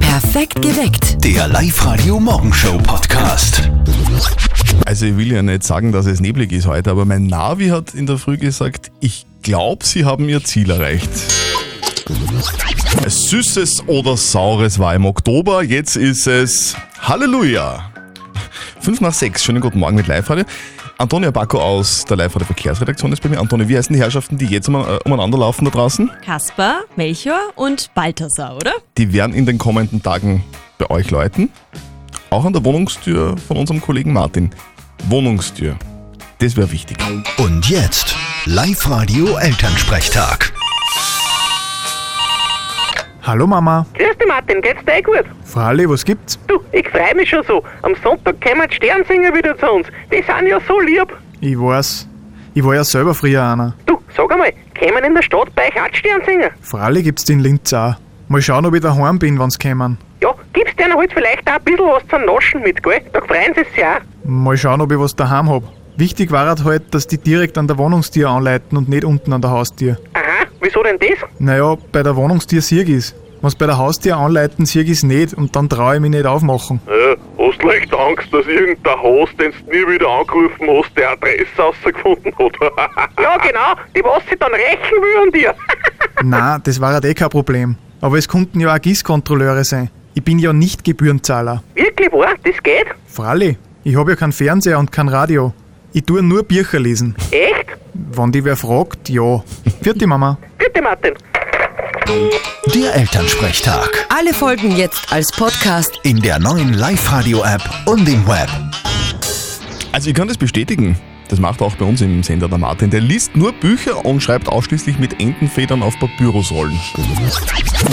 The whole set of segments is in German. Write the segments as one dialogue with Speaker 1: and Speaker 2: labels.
Speaker 1: Perfekt geweckt.
Speaker 2: Der Live-Radio Morgenshow Podcast.
Speaker 3: Also ich will ja nicht sagen, dass es neblig ist heute, aber mein Navi hat in der Früh gesagt, ich glaube, sie haben ihr Ziel erreicht. Süßes oder Saures war im Oktober, jetzt ist es Halleluja. Fünf nach sechs. schönen guten Morgen mit Live-Radio. Antonia Bacco aus der Live-Radio Verkehrsredaktion ist bei mir. Antonia, wie heißen die Herrschaften, die jetzt um, äh, umeinander laufen da draußen?
Speaker 4: Kaspar, Melchior und Balthasar, oder?
Speaker 3: Die werden in den kommenden Tagen bei euch läuten. Auch an der Wohnungstür von unserem Kollegen Martin. Wohnungstür. Das wäre wichtig.
Speaker 2: Und jetzt Live-Radio Elternsprechtag.
Speaker 5: Hallo Mama.
Speaker 6: Grüß dich Martin, geht's dir eh gut?
Speaker 5: Fralli, was gibt's?
Speaker 6: Du, ich freue mich schon so. Am Sonntag kommen die Sternsinger wieder zu uns. Die sind ja so lieb.
Speaker 5: Ich weiß. Ich war ja selber früher einer.
Speaker 6: Du, sag einmal, kommen in der Stadt bei euch auch die Sternsinger?
Speaker 5: Fralli gibt's den Linz auch. Mal schauen, ob ich daheim bin, wenn's kämen.
Speaker 6: Ja, gibst denen halt vielleicht auch ein bisschen was zum Naschen mit, gell? Da freuen sie sich auch.
Speaker 5: Mal schauen, ob ich was daheim hab. Wichtig war halt, halt, dass die direkt an der Wohnungstür anleiten und nicht unten an der Haustür.
Speaker 6: Aha, wieso denn das?
Speaker 5: Naja, bei der Wohnungstür sieg ich's. Wenn's bei der Haustür anleiten, sieg ich's nicht und dann traue ich mich nicht aufmachen.
Speaker 7: Ja, hast leicht Angst, dass irgendein Host, den du nie wieder angerufen hast, die Adresse rausgefunden hat.
Speaker 6: Ja, genau, die was sie dann rächen will an dir.
Speaker 5: Na, das war halt eh kein Problem. Aber es konnten ja auch Gießkontrolleure sein. Ich bin ja nicht Gebührenzahler.
Speaker 6: Wirklich wahr, das geht?
Speaker 5: Fralli, ich hab ja keinen Fernseher und kein Radio. Ich tue nur Bücher lesen.
Speaker 6: Echt?
Speaker 5: Wenn die wer fragt, ja. Vierte Mama.
Speaker 6: Bitte Martin.
Speaker 2: Der Elternsprechtag.
Speaker 1: Alle Folgen jetzt als Podcast.
Speaker 2: In der neuen Live-Radio-App und im Web.
Speaker 3: Also ich kann das bestätigen. Das macht auch bei uns im Sender der Martin. Der liest nur Bücher und schreibt ausschließlich mit Entenfedern auf Papyrosollen.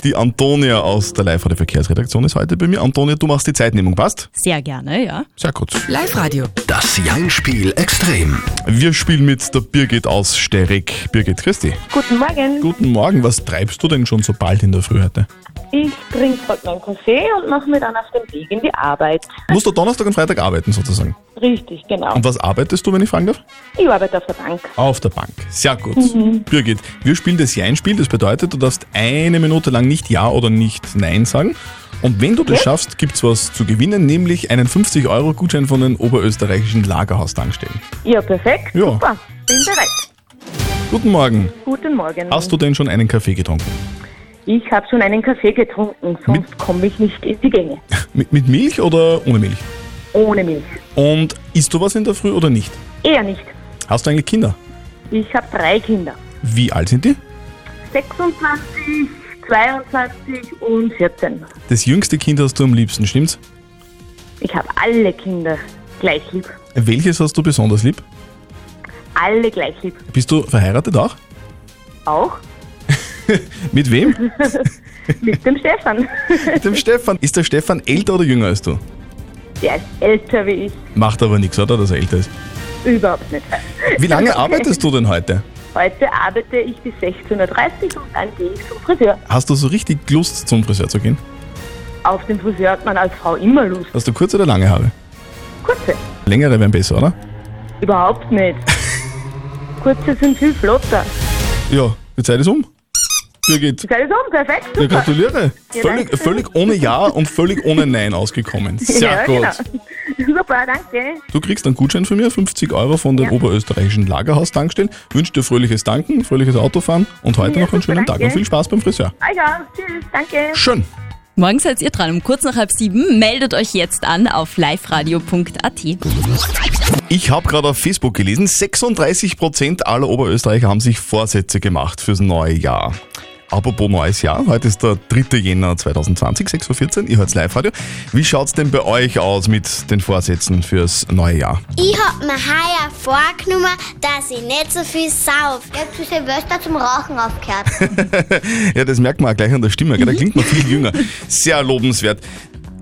Speaker 3: Die Antonia aus der live der Verkehrsredaktion ist heute bei mir. Antonia, du machst die Zeitnehmung, passt?
Speaker 4: Sehr gerne, ja.
Speaker 3: Sehr kurz.
Speaker 1: Live-Radio.
Speaker 2: Das Jein-Spiel Extrem.
Speaker 3: Wir spielen mit der Birgit aus Sterik. Birgit, grüß dich.
Speaker 8: Guten Morgen.
Speaker 3: Guten Morgen, was treibst du denn schon so bald in der Früh heute?
Speaker 8: Ich trinke heute meinen Kaffee und mache mir dann auf den Weg in die Arbeit.
Speaker 3: Musst du Donnerstag und Freitag arbeiten sozusagen.
Speaker 8: Richtig, genau.
Speaker 3: Und was arbeitest du, wenn ich fragen darf?
Speaker 8: Ich arbeite auf der Bank.
Speaker 3: Auf der Bank. Sehr gut. Birgit, wir spielen das Jein-Spiel. Das bedeutet, du darfst eine Minute lang nicht Ja oder nicht Nein sagen. Und wenn du das schaffst, gibt's was zu gewinnen, nämlich einen 50-Euro-Gutschein von den oberösterreichischen Lagerhaustankstellen.
Speaker 8: Ja, perfekt.
Speaker 3: Ja.
Speaker 8: Super. Bin bereit.
Speaker 3: Guten Morgen.
Speaker 8: Guten Morgen.
Speaker 3: Hast du denn schon einen Kaffee getrunken?
Speaker 8: ich habe schon einen Kaffee getrunken, sonst komme ich nicht in die Gänge.
Speaker 3: Mit, mit Milch oder ohne Milch?
Speaker 8: Ohne Milch.
Speaker 3: Und isst du was in der Früh oder nicht?
Speaker 8: Eher nicht.
Speaker 3: Hast du eigentlich Kinder?
Speaker 8: Ich habe drei Kinder.
Speaker 3: Wie alt sind die?
Speaker 8: 26, 22 und 14.
Speaker 3: Das jüngste Kind hast du am liebsten, stimmt's?
Speaker 8: Ich habe alle Kinder gleich lieb.
Speaker 3: Welches hast du besonders lieb?
Speaker 8: Alle gleich lieb.
Speaker 3: Bist du verheiratet auch?
Speaker 8: Auch
Speaker 3: Mit wem?
Speaker 8: mit dem Stefan.
Speaker 3: Mit dem Stefan. Ist der Stefan älter oder jünger als du?
Speaker 8: Der ist älter wie ich.
Speaker 3: Macht aber nichts, oder, dass er älter ist.
Speaker 8: Überhaupt nicht.
Speaker 3: Wie lange arbeitest du denn heute?
Speaker 8: Heute arbeite ich bis 16.30 Uhr und dann gehe ich zum Friseur.
Speaker 3: Hast du so richtig Lust, zum Friseur zu gehen?
Speaker 8: Auf den Friseur hat man als Frau immer Lust.
Speaker 3: Hast du kurze oder lange Haare?
Speaker 8: Kurze?
Speaker 3: Längere wären besser, oder?
Speaker 8: Überhaupt nicht. Kurze sind viel flotter.
Speaker 3: Ja, die Zeit ist um. Birgit,
Speaker 8: Sei es um, perfekt,
Speaker 3: ja,
Speaker 8: super.
Speaker 3: gratuliere.
Speaker 8: Ja,
Speaker 3: Völlig,
Speaker 8: danke.
Speaker 3: völlig ohne Ja und völlig ohne Nein ausgekommen. Sehr
Speaker 8: ja,
Speaker 3: gut.
Speaker 8: Genau. Super, danke.
Speaker 3: Du kriegst einen Gutschein von mir, 50 Euro von den oberösterreichischen Lagerhaustankstellen. Wünsch dir fröhliches Danken, fröhliches Autofahren und heute
Speaker 8: Ja,
Speaker 3: noch einen
Speaker 8: super,
Speaker 3: schönen Tag
Speaker 8: danke.
Speaker 3: und viel Spaß beim Friseur.
Speaker 8: Also, tschüss, danke.
Speaker 3: Schön.
Speaker 4: Morgen seid ihr dran. Um kurz nach halb sieben meldet euch jetzt an auf liveradio.at.
Speaker 3: Ich habe gerade auf Facebook gelesen, 36% aller Oberösterreicher haben sich Vorsätze gemacht fürs neue Jahr. Apropos neues Jahr, heute ist der 3. Jänner 2020, 6.14 Uhr, ihr hört's Live-Radio. Wie schaut's denn bei euch aus mit den Vorsätzen fürs neue Jahr?
Speaker 9: Ich hab mir heuer vorgenommen, dass ich nicht so viel sauf. Ich hab zu Silvester zum Rauchen aufgehört.
Speaker 3: Ja, das merkt man auch gleich an der Stimme, gell? da klingt man viel jünger. Sehr lobenswert.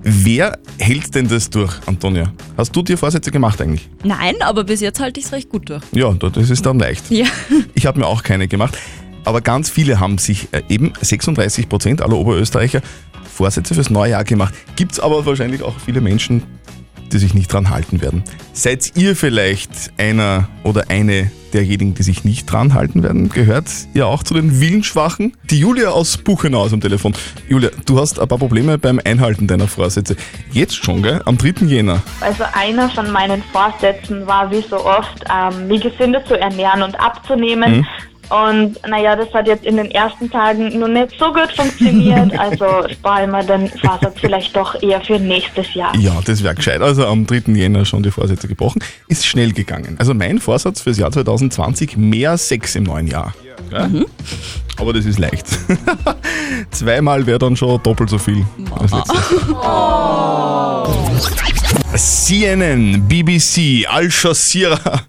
Speaker 3: Wer hält denn das durch, Antonia? Hast du dir Vorsätze gemacht eigentlich?
Speaker 4: Nein, aber bis jetzt halte ich es recht gut durch.
Speaker 3: Ja, das ist dann leicht.
Speaker 4: Ja.
Speaker 3: Ich habe mir auch keine gemacht. Aber ganz viele haben sich äh, eben 36 Prozent aller Oberösterreicher Vorsätze fürs neue Jahr gemacht. Gibt's aber wahrscheinlich auch viele Menschen, die sich nicht dran halten werden. Seid ihr vielleicht einer oder eine, derjenigen, die sich nicht dran halten werden, gehört ja auch zu den Willensschwachen. Die Julia aus Buchenau ist am Telefon. Julia, du hast ein paar Probleme beim Einhalten deiner Vorsätze. Jetzt schon, gell? Am 3. Jänner.
Speaker 10: Also einer von meinen Vorsätzen war wie so oft, ähm, mich gesünder zu ernähren und abzunehmen. Und naja, das hat jetzt in den ersten Tagen nur nicht so gut funktioniert. Also sparen wir den Vorsatz vielleicht doch eher für nächstes Jahr.
Speaker 3: Ja, das wäre gescheit. Also am 3. Jänner schon die Vorsätze gebrochen. Ist schnell gegangen. Also mein Vorsatz fürs Jahr 2020, mehr Sex im neuen Jahr. Gell? Aber das ist leicht. Zweimal wäre dann schon doppelt so viel als letztes Jahr. CNN, BBC, Al Jazeera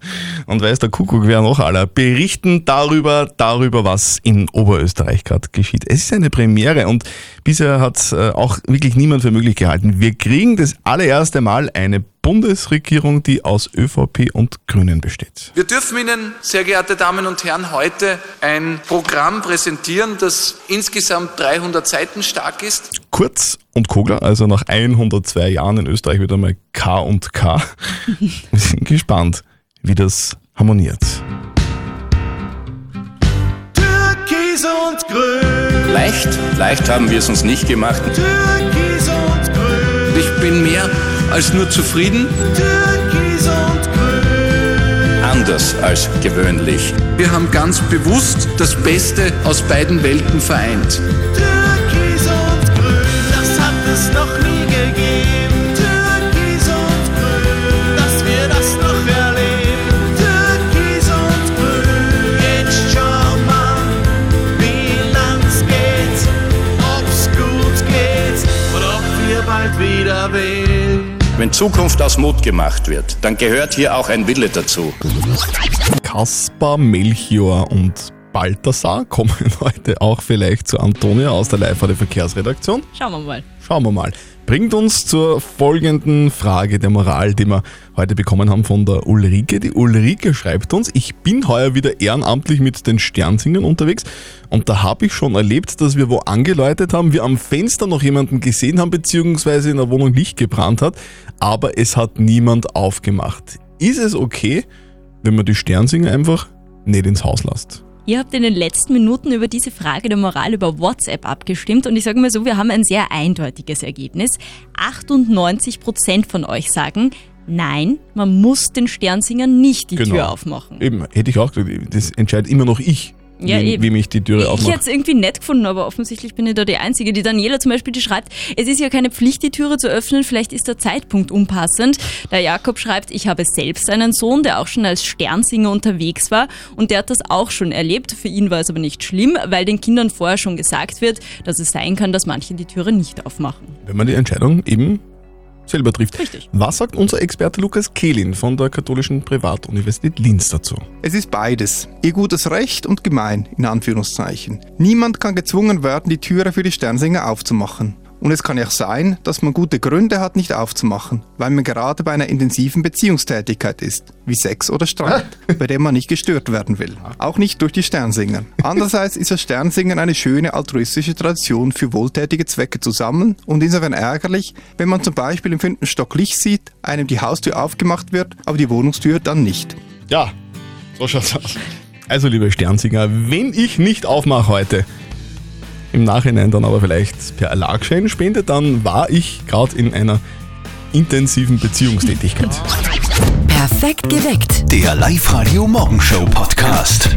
Speaker 3: und weiß der Kuckuck, wer noch aller, berichten darüber, darüber, was in Oberösterreich gerade geschieht. Es ist eine Premiere und bisher hat äh, auch wirklich niemand für möglich gehalten. Wir kriegen das allererste Mal eine Bundesregierung, die aus ÖVP und Grünen besteht.
Speaker 11: Wir dürfen Ihnen, sehr geehrte Damen und Herren, heute ein Programm präsentieren, das insgesamt 300 Seiten stark ist.
Speaker 3: Kurz und Kogler, also nach 102 Jahren in Österreich wieder mal K und K. Wir sind gespannt, wie das harmoniert.
Speaker 12: Türkis und Grün. Leicht, leicht haben wir es uns nicht gemacht. Türkis und Grün.
Speaker 11: Ich bin mehr als nur zufrieden.
Speaker 12: Türkis und Grün.
Speaker 11: Anders als gewöhnlich. Wir haben ganz bewusst das Beste aus beiden Welten vereint.
Speaker 12: Türkis und Grün. Das hat es noch nie gegeben. Türkis und Grün. Dass wir das noch erleben. Türkis und Grün. Jetzt schau mal, wie lang's geht. Ob's gut geht. Und ob wir bald wieder wählen.
Speaker 11: Wenn Zukunft aus Mut gemacht wird, dann gehört hier auch ein Wille dazu.
Speaker 3: Kaspar, Melchior und Balthasar kommen heute auch vielleicht zu Antonia aus der live Verkehrsredaktion.
Speaker 4: Schauen wir mal.
Speaker 3: Schauen wir mal. Bringt uns zur folgenden Frage der Moral, die wir heute bekommen haben von der Ulrike. Die Ulrike schreibt uns, ich bin heuer wieder ehrenamtlich mit den Sternsingern unterwegs und da habe ich schon erlebt, dass wir wo angeläutet haben, wir am Fenster noch jemanden gesehen haben, beziehungsweise in der Wohnung Licht gebrannt hat, aber es hat niemand aufgemacht. Ist es okay, wenn man die Sternsinger einfach nicht ins Haus lässt?
Speaker 4: Ihr habt in den letzten Minuten über diese Frage der Moral über WhatsApp abgestimmt und ich sage mal so, wir haben ein sehr eindeutiges Ergebnis. 98% von euch sagen, nein, man muss den Sternsingern nicht die
Speaker 3: Genau.
Speaker 4: Tür aufmachen.
Speaker 3: Eben, hätte ich auch gesagt, das entscheidet immer noch ich,
Speaker 4: Ja,
Speaker 3: wem,
Speaker 4: eben.
Speaker 3: wem ich die Türe
Speaker 4: Ich
Speaker 3: aufmache.
Speaker 4: hätte es irgendwie nett gefunden, aber offensichtlich bin ich da die Einzige. Die Daniela zum Beispiel, die schreibt, es ist ja keine Pflicht, die Türe zu öffnen, vielleicht ist der Zeitpunkt unpassend. Der Jakob schreibt, ich habe selbst einen Sohn, der auch schon als Sternsinger unterwegs war und der hat das auch schon erlebt. Für ihn war es aber nicht schlimm, weil den Kindern vorher schon gesagt wird, dass es sein kann, dass manche die Türe nicht aufmachen.
Speaker 3: wenn man die Entscheidung eben selber trifft.
Speaker 4: Richtig.
Speaker 3: Was sagt unser Experte Lukas Kehlin von der katholischen Privatuniversität Linz dazu?
Speaker 13: Es ist beides. Ihr gutes Recht und gemein, in Anführungszeichen. Niemand kann gezwungen werden, die Türe für die Sternsinger aufzumachen. Und es kann ja auch sein, dass man gute Gründe hat, nicht aufzumachen, weil man gerade bei einer intensiven Beziehungstätigkeit ist, wie Sex oder Streit, bei dem man nicht gestört werden will. Auch nicht durch die Sternsinger. Andererseits ist das Sternsingen eine schöne altruistische Tradition für wohltätige Zwecke zu sammeln und insofern ärgerlich, wenn man zum Beispiel im fünften Stock Licht sieht, einem die Haustür aufgemacht wird, aber die Wohnungstür dann nicht.
Speaker 3: Ja, so schaut's aus. Also, liebe Sternsinger, wenn ich nicht aufmache heute, im Nachhinein dann aber vielleicht per Erlagschein spende, dann war ich gerade in einer intensiven Beziehungstätigkeit.
Speaker 1: Perfekt geweckt.
Speaker 2: Der Live-Radio Morgenshow Podcast.